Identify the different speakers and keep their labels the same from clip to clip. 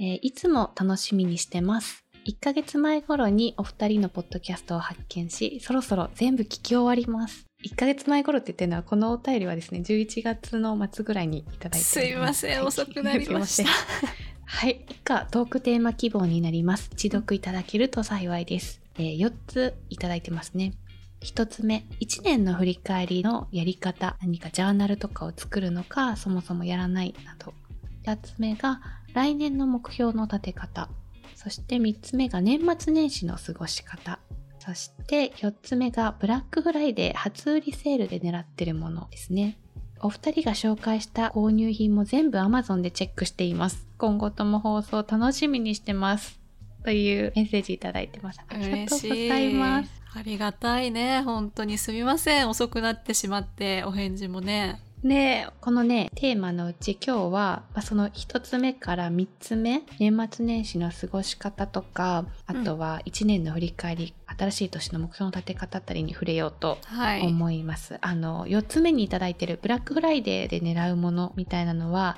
Speaker 1: えーいつも楽しみにしてます。1ヶ月前頃にお二人のポッドキャストを発見し、そろそろ全部聞き終わります。1ヶ月前頃って言ってるのは、このお便りはですね、11月の末ぐらいにいただいております。
Speaker 2: すいませ
Speaker 1: は
Speaker 2: ん
Speaker 1: い
Speaker 2: 遅くなりま
Speaker 1: す
Speaker 2: した
Speaker 1: いせん はい、以下トークテーマ希望になります。一読いただけると幸いです。え4ついただいてますね。1つ目、1年の振り返りのやり方、何かジャーナルとかを作るのか、そもそもやらないなど。2つ目が、来年の目標の立て方。そして3つ目が年末年始の過ごし方。そして4つ目がブラックフライデー初売りセールで狙ってるものですね。お二人が紹介した購入品も全部 Amazon でチェックしています。今後とも放送楽しみにしてます。というメッセージいただいてます。ありがと
Speaker 2: 嬉
Speaker 1: う
Speaker 2: し
Speaker 1: ご
Speaker 2: い
Speaker 1: ざいます。
Speaker 2: ありがたいね本当にすみません遅くなってしまってお返事もね
Speaker 1: でこのねテーマのうち今日は、まあその1つ目から3つ目年末年始の過ごし方とかあ
Speaker 2: うん
Speaker 1: とは1年の振り返り、新しい年の目標の立て方あたりに触れようと
Speaker 2: はい
Speaker 1: 思います、あの4つ目にいただいてるブラックフライデーで狙うものみたいなのは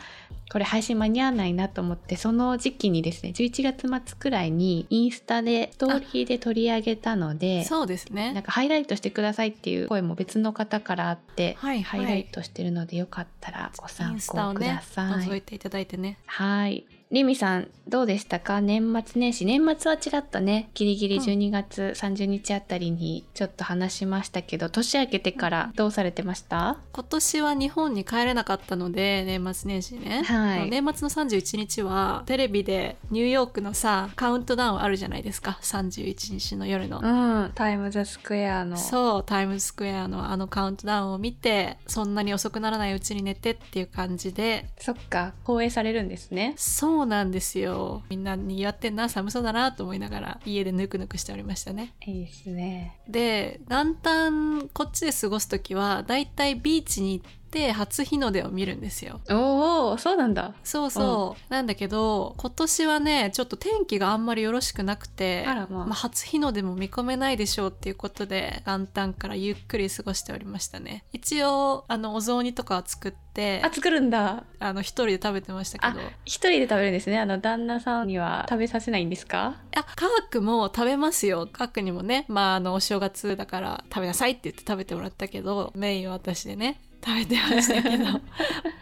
Speaker 1: これ配信間に合わないなと思ってその時期にですね11月末くらいにインスタでストーリーで取り上げたので
Speaker 2: そうです
Speaker 1: なん
Speaker 2: ね
Speaker 1: かハイライトしてくださいっていう声も別の方からあって、
Speaker 2: はい
Speaker 1: ハイライトしてるのでよかったらご
Speaker 2: イ
Speaker 1: 参
Speaker 2: ンスタ
Speaker 1: 考
Speaker 2: を
Speaker 1: くだ
Speaker 2: ね
Speaker 1: さい。
Speaker 2: 覗いていただいてね
Speaker 1: はい。リミさんどうでしたか年末年始年末はちらっとねギリギリ
Speaker 2: うん
Speaker 1: 12月30日あたりにちょっと話しましたけど、年明けてからどうされてました、
Speaker 2: 今年は日本に帰れなかったので年末年始ね、
Speaker 1: はい
Speaker 2: 年末の31日はテレビでニューヨークのさカウントダウンあるじゃないですか31日の夜の、
Speaker 1: うん、タイムズスクエアの
Speaker 2: そうタイムズスクエアのあのカウントダウンを見てそんなに遅くならないうちに寝てっていう感じで
Speaker 1: そっか放映されるんですね
Speaker 2: そうなんですよみんなにぎわってんな寒そうだなと思いながら家でぬくぬくしておりましたね
Speaker 1: いいですね
Speaker 2: で元旦こっちで過ごす時はだいたいビーチに行って初日の出を見るんですよ
Speaker 1: おおそうなんだ
Speaker 2: そうそう、なんだけど今年はねちょっと天気があんまりよろしくなくて
Speaker 1: あらまあ
Speaker 2: まあ、初日の出も見込めないでしょうっていうことで元旦からゆっくり過ごしておりましたね一応あのお雑煮とかは作って
Speaker 1: あ作るんだ
Speaker 2: あの一人で食べてましたけど
Speaker 1: 一人で食べるんですねあの旦那さんには食べさせないんですか
Speaker 2: あカークも食べますよカークにもねまああのお正月だから食べなさいって言って食べてもらったけどメインは私でね食べてました けど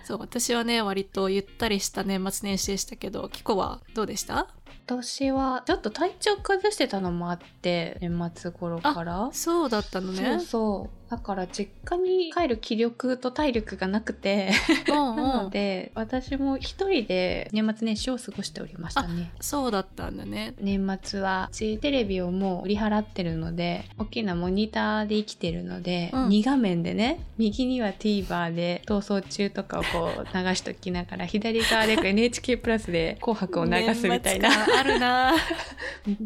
Speaker 2: そう私はね割とゆったりした年末年始でしたけどキコはどうでした
Speaker 1: 私はちょっと体調崩してたのもあって年末頃から
Speaker 2: そうだったのね
Speaker 1: そうそうだから実家に帰る気力と体力がなくて
Speaker 2: うんうん
Speaker 1: なので私も一人で年末年始を過ごしておりましたね
Speaker 2: そうだったんだね
Speaker 1: 年末はうちテレビをもう売り払ってるので大きなモニターで生きてるので、
Speaker 2: うん
Speaker 1: 2画面でね右には TVer で「逃走中」とかをこう流しときながら左側でこう NHK プラスで「紅白」を流すみたいな。
Speaker 2: 年末感ある な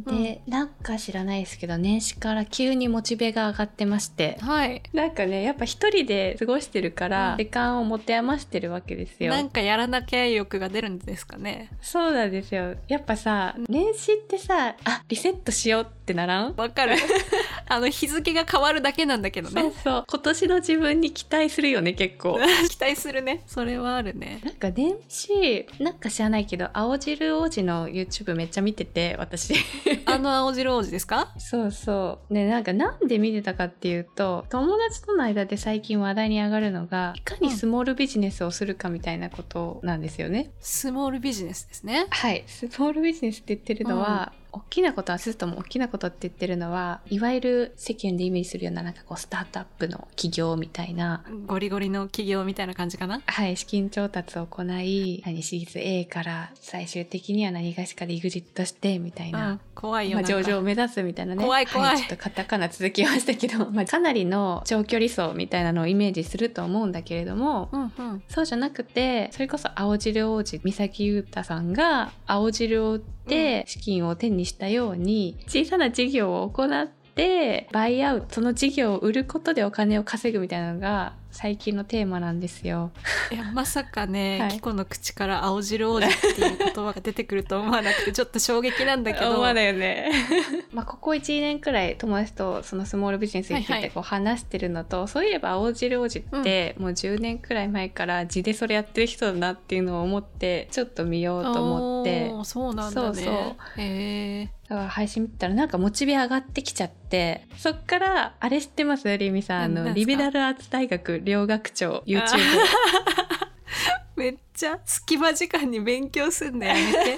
Speaker 1: で、なんか知らないですけど年始から急にモチベが上がってまして。
Speaker 2: はい
Speaker 1: なんかねやっぱ一人で過ごしてるから、
Speaker 2: うん
Speaker 1: 時間を持て余してるわけですよ
Speaker 2: なんかやらなきゃ欲が出るんですかね
Speaker 1: そうなんですよやっぱさ年始ってさあリセットしようってならん
Speaker 2: わかる あの日付が変わるだけなんだけど
Speaker 1: そう
Speaker 2: ね
Speaker 1: そう今年の自分に期待するよね結構
Speaker 2: 期待するねそれはあるね
Speaker 1: なんか年始なんか知らないけど青汁王子の YouTube めっちゃ見てて 私
Speaker 2: あの青汁王子ですか
Speaker 1: そうそうねなんかなんで見てたかっていうと友達との間で最近話題に上がるのがいかにスモールビジネスをするかみたいなことなんですよね、
Speaker 2: スモールビジネスですね
Speaker 1: はいスモールビジネスって言ってるのは、大きなことはスーとも大きなことって言ってるのはいわゆる世間でイメージするようななんかこうスタートアップの企業みたいな
Speaker 2: ゴリゴリの企業みたいな感じかな
Speaker 1: はい、資金調達を行い何シリーズ A から最終的には何がしかで EXIT してみたいな、
Speaker 2: うん、怖い
Speaker 1: ま
Speaker 2: よ
Speaker 1: あ、
Speaker 2: なんか
Speaker 1: 上場を目指すみたいなね
Speaker 2: 怖い怖い
Speaker 1: はちょっとカタカナ続きましたけど、まあ、かなりの長距離走みたいなのをイメージすると思うんだけれども、
Speaker 2: うんうん
Speaker 1: そうじゃなくてそれこそ青汁王子三崎裕太さんが青汁を売って資金を手にしたように小さな事業を行ってバイアウトその事業を売ることでお金を稼ぐみたいなのが最近のテーマなんですよ。
Speaker 2: いやまさかね、
Speaker 1: はい
Speaker 2: キコの口から青汁王子っていう言葉が出てくると思わなくてちょっと衝撃なんだけど
Speaker 1: だよね。 まあここ1年くらい友達とそのスモールビジネスにつ
Speaker 2: はい
Speaker 1: い
Speaker 2: は
Speaker 1: て
Speaker 2: い
Speaker 1: こう話してるのと、そういえば青汁王子ってもう10年くらい前から地でそれやってる人だなっていうのを思ってちょっと見ようと思って
Speaker 2: おーそうなんだね
Speaker 1: そうそう
Speaker 2: へ
Speaker 1: だから配信見てたらなんかモチベ上がってきちゃってそっからあれ知ってますリミさんあ
Speaker 2: な
Speaker 1: の
Speaker 2: んです
Speaker 1: リ
Speaker 2: か
Speaker 1: ベラルアーツ大学両学長 YouTube
Speaker 2: あーめっちゃ隙間時間に勉強すんのやめ て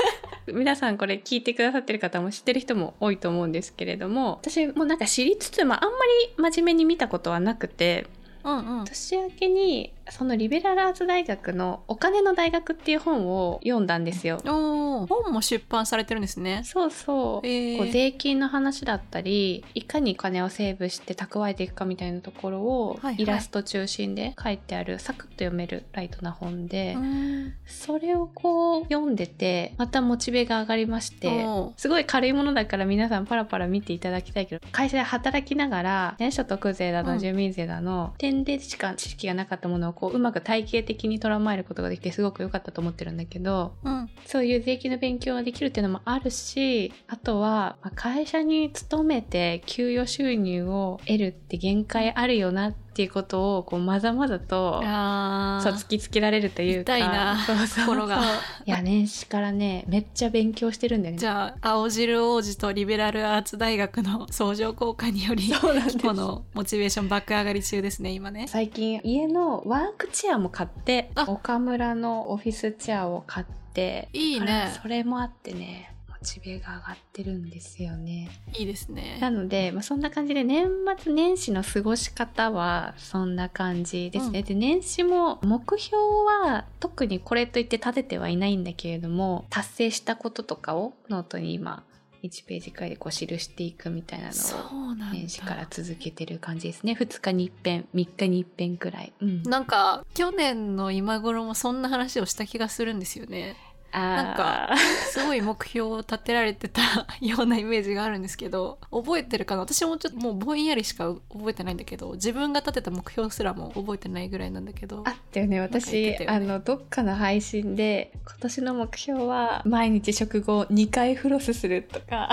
Speaker 1: 皆さんこれ聞いてくださってる方も知ってる人も多いと思うんですけれども私もなんか知りつつもあんまり真面目に見たことはなくて
Speaker 2: うんうん
Speaker 1: 年明けにそのリベラルアーツ大学の「お金の大学」っていう本を読んだんですよ。
Speaker 2: おー本も出版されてるんですね
Speaker 1: そうそう、
Speaker 2: へー
Speaker 1: こう税金の話だったりいかにお金をセーブして蓄えていくかみたいなところを
Speaker 2: はいはい
Speaker 1: イラスト中心で書いてある、サクッと読めるライトな本で、
Speaker 2: うん
Speaker 1: それをこう読んでてまたモチベが上がりまして
Speaker 2: おー
Speaker 1: すごい軽いものだから皆さんパラパラ見ていただきたいけど会社で働きながら、ね、所得税だ
Speaker 2: う
Speaker 1: の
Speaker 2: ん
Speaker 1: 住民税だの、点でしか知識がなかったものをこううまく体系的に捉まえることができてすごく良かったと思ってるんだけど
Speaker 2: うん
Speaker 1: そういう税金の勉強ができるっていうのもあるしあとはまあ会社に勤めて給与収入を得るって限界あるよなっていうことをこうまざまざと
Speaker 2: あ
Speaker 1: そう
Speaker 2: ー
Speaker 1: 突きつけられるというか
Speaker 2: 痛いな
Speaker 1: そうそうそう
Speaker 2: 心が
Speaker 1: いや年始からねめっちゃ勉強してるんだよね
Speaker 2: じゃあ青汁王子とリベラルアーツ大学の相乗効果により
Speaker 1: そうなんです
Speaker 2: キコのモチベーション爆上がり中ですね今ね
Speaker 1: 最近家のワークチェアも買って
Speaker 2: あ
Speaker 1: 岡村のオフィスチェアを買って
Speaker 2: いい
Speaker 1: あら
Speaker 2: ね
Speaker 1: それもあってねモチベが上がってるんですよね
Speaker 2: いいですね
Speaker 1: なので、まあ、そんな感じで年末年始の過ごし方はそんな感じですね、
Speaker 2: う
Speaker 1: で年始も目標は特にこれといって立ててはいないんだけれども達成したこととかをノートに今1ページくらいでこう記していくみたいな
Speaker 2: そ
Speaker 1: のを
Speaker 2: うなんだ
Speaker 1: 年始から続けてる感じですね2日に一遍3日に一遍くらい、うん、
Speaker 2: なんか去年の今頃もそんな話をした気がするんですよねなんか
Speaker 1: あー
Speaker 2: すごい目標を立てられてたようなイメージがあるんですけど覚えてるかな私もちょっともうぼんやりしか覚えてないんだけど自分が立てた目標すらも覚えてないぐらいなんだけど
Speaker 1: あったよね
Speaker 2: か言っ
Speaker 1: 私
Speaker 2: てた
Speaker 1: あ
Speaker 2: よね
Speaker 1: のどっかの配信で今年の目標は毎日食後2回フロスするとか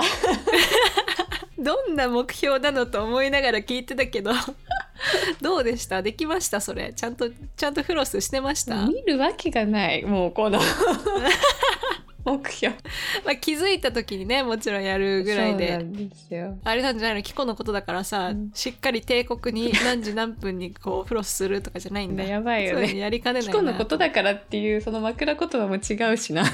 Speaker 2: どんな目標なのと思いながら聞いてた けどどうでしたできましたそれちゃんとちゃんとフロスしてました、ま
Speaker 1: 見るわけがないもうこの目標
Speaker 2: あ、気づいた時にねもちろんやるぐらい
Speaker 1: そう
Speaker 2: で
Speaker 1: なんですよ
Speaker 2: あれなんじゃないのキコのことだからさ、
Speaker 1: うん
Speaker 2: しっかり帝国に何時何分にこうフロスするとかじゃないんだ
Speaker 1: やばいよ
Speaker 2: そういう
Speaker 1: ね
Speaker 2: のやりかねな
Speaker 1: キ
Speaker 2: いな
Speaker 1: コのことだからっていうその枕言葉も違うしな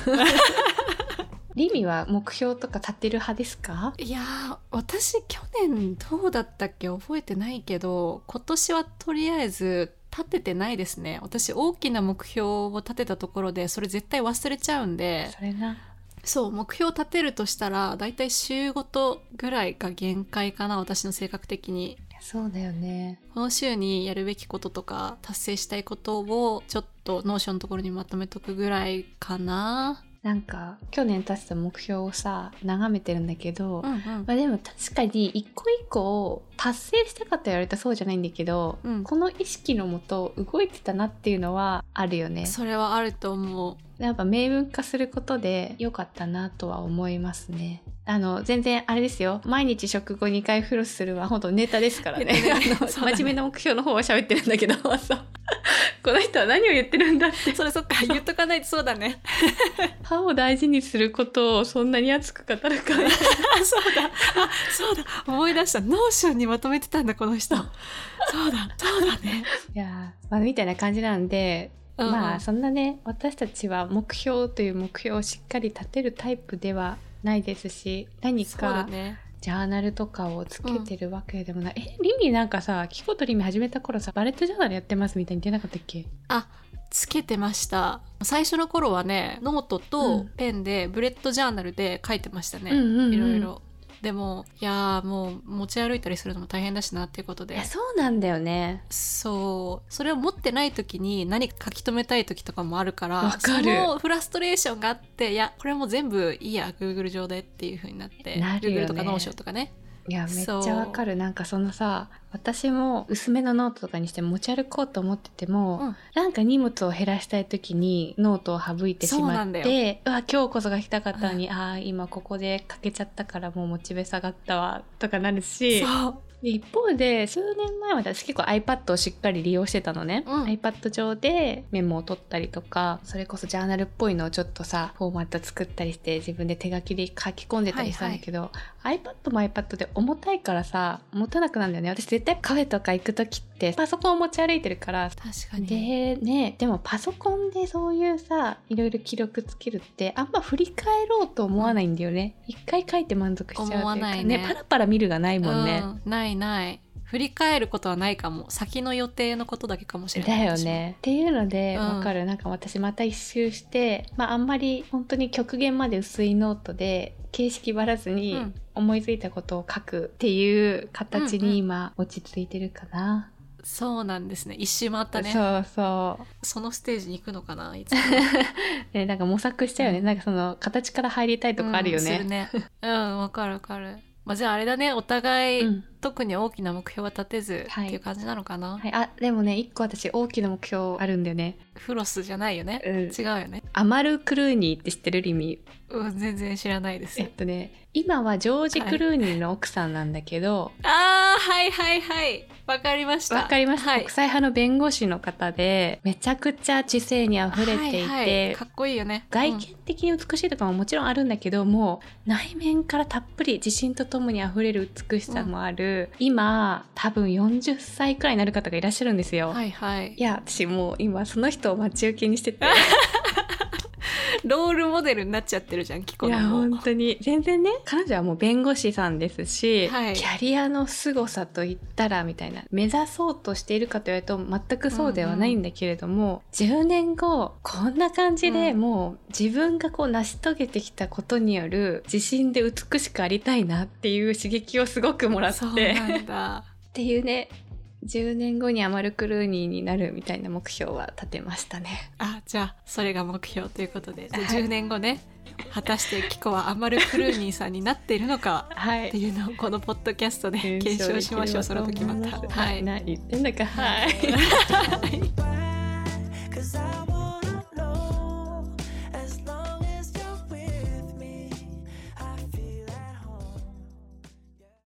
Speaker 1: リミは目標とか立てる派ですか
Speaker 2: いやー私去年どうだったっけ覚えてないけど今年はとりあえず立ててないですね私大きな目標を立てたところでそれ絶対忘れちゃうんで
Speaker 1: それな
Speaker 2: そう目標立てるとしたらだいたい週ごとぐらいが限界かな私の性格的に
Speaker 1: そうだよね
Speaker 2: この週にやるべきこととか達成したいことをちょっとノーションのところにまとめとくぐらいかな
Speaker 1: なんか去年立てた目標をさ眺めてるんだけど、
Speaker 2: うんうん
Speaker 1: まあ、でも確かに一個一個を達成したかと言われたらそうじゃないんだけど、
Speaker 2: うん
Speaker 1: この意識のもと動いてたなっていうのはあるよね
Speaker 2: それはあると思う
Speaker 1: やっぱ明文化することで良かったなとは思いますねあの全然あれですよ毎日食後2回フロスするは本当ネタです からね
Speaker 2: ネタね
Speaker 1: あの
Speaker 2: そうだね
Speaker 1: 真面目な目標の方は喋ってるんだけどそうこの人は何を言ってるんだって
Speaker 2: それそっ か言っとかないとそうだね
Speaker 1: 歯を大事にすることをそんなに熱く語るかね
Speaker 2: あ そうだあそうだ思い出したノーションにまとめてたんだこの人そうだそうだ ね、
Speaker 1: いやー、まあ、みたいな感じなんで
Speaker 2: うん
Speaker 1: まあそんなね私たちは目標という目標をしっかり立てるタイプではないですし何
Speaker 2: そう
Speaker 1: か
Speaker 2: だね
Speaker 1: ジャーナルとかをつけてるわけでもない、えリミなんかさキコとリミ始めた頃さバレットジャーナルやってますみたいに出なかったっけ
Speaker 2: つけてました最初の頃はねノート
Speaker 1: う
Speaker 2: と
Speaker 1: ん
Speaker 2: ペンで、ブレッドジャーナルで書いてましたね、
Speaker 1: うんうんうん
Speaker 2: いろいろでもいやーもう持ち歩いたりするのも大変だしなっていうこと
Speaker 1: い
Speaker 2: で
Speaker 1: やそうなんだよね
Speaker 2: そうそれを持ってない時に何か書き留めたい時とかもあるから
Speaker 1: わかる
Speaker 2: そのフラストレーションがあっていやこれもう全部いいや Google 上でっていう風になって
Speaker 1: なるよね
Speaker 2: Google とか Notion とかね
Speaker 1: いやめっち
Speaker 2: そう
Speaker 1: ゃわかるなんかそのさ私も薄めのノートとかにして持ち歩こうと思ってても、
Speaker 2: うん
Speaker 1: なんか荷物を減らしたい時にノートを省いてし
Speaker 2: そうな
Speaker 1: ま
Speaker 2: ん
Speaker 1: っ
Speaker 2: だ
Speaker 1: てうわ今日こそが来たかったのに、ああ今ここで欠けちゃったからもうモチベ下がったわとかなるし
Speaker 2: そう
Speaker 1: で一方で数年前まで私結構 iPad をしっかり利用してたのね、
Speaker 2: うん
Speaker 1: iPad 上でメモを取ったりとかそれこそジャーナルっぽいのをちょっとさフォーマット作ったりして自分で手書きで書き込んでたりしたんだけど、iPad も iPad で重たいからさ持たなくなるんだよね私絶対カフェとか行く時ってパソコンを持ち歩いてるから
Speaker 2: 確かに
Speaker 1: でねでもパソコンでそういうさいろいろ記録つけるってあんま振り返ろうと思わないんだよね、一回書いて満足しちゃうっていうか
Speaker 2: 思わないね
Speaker 1: パラパラ見るがないもんね、
Speaker 2: うんないない振り返ることはないかも先の予定のことだけかもしれ
Speaker 1: だ
Speaker 2: ない
Speaker 1: よねっていうので
Speaker 2: うん
Speaker 1: わかる、なんか私また一周して、まあ、あんまり本当に極限まで薄いノートで形式ばらず
Speaker 2: 私も
Speaker 1: に
Speaker 2: うん
Speaker 1: 思いついたことを書くっていう形に今落ち着いてるかな、
Speaker 2: そうなんですね一周回ったねそ
Speaker 1: そうそう
Speaker 2: のステージに行くのかないつか
Speaker 1: ねなんか模索しちゃうよね、
Speaker 2: う
Speaker 1: なんかその形から入りたい とかあるよ
Speaker 2: うんす
Speaker 1: ね,、
Speaker 2: うんわかるわかるまあじゃああれだねお互い、
Speaker 1: うん
Speaker 2: 特に大きな目標は立てず、
Speaker 1: はい
Speaker 2: っていう感じなのかな、
Speaker 1: はい、あでもね一個私大きな目標あるんだよね、
Speaker 2: フロスじゃないよね、
Speaker 1: うん
Speaker 2: 違うよね
Speaker 1: アマル・クルーニーって知ってるリミ
Speaker 2: うん全然知らないです
Speaker 1: えっとね今はジョージ・クルーニーの奥さんなんだけど、
Speaker 2: あーはいはいはいわかりました
Speaker 1: わかりました、
Speaker 2: はい
Speaker 1: 国際派の弁護士の方でめちゃくちゃ知性にあふれていて、
Speaker 2: はいはいかっこいいよね
Speaker 1: 外
Speaker 2: うん
Speaker 1: 見的に美しいとかももちろんあるんだけど、もう内面からたっぷり自信とともにあふれる美しさもある、今多分40歳くらいになる方がいらっしゃるんですよ。
Speaker 2: はいいはい
Speaker 1: や私もう今その人を待ち受けにしてて
Speaker 2: ロールモデルになっちゃってるじゃんキ
Speaker 1: い
Speaker 2: コの
Speaker 1: や
Speaker 2: も
Speaker 1: 本当に全然ね彼女はもう弁護士さんですし、
Speaker 2: はい
Speaker 1: キャリアの凄さといったらみたいな目指そうとしているかと言われると全くそうではないんだけれども、10年後こんな感じで
Speaker 2: うん
Speaker 1: もう自分がこう成し遂げてきたことによる自信で美しくありたいなっていう刺激をすごくもらっ
Speaker 2: そう
Speaker 1: てっ
Speaker 2: なんだ
Speaker 1: ていうね10年後にアマルクルーニーになるみたいな目標は立てましたね。
Speaker 2: あじゃあそれが目標ということでで
Speaker 1: はい
Speaker 2: 10年後ね果たしてキコはアマル・クルーニーさんになっているのか
Speaker 1: は
Speaker 2: って
Speaker 1: い
Speaker 2: いうのをこのポッドキャストで検証しましょうその時また
Speaker 1: は、
Speaker 2: はいい
Speaker 1: 何言ってんだかはい。
Speaker 2: はい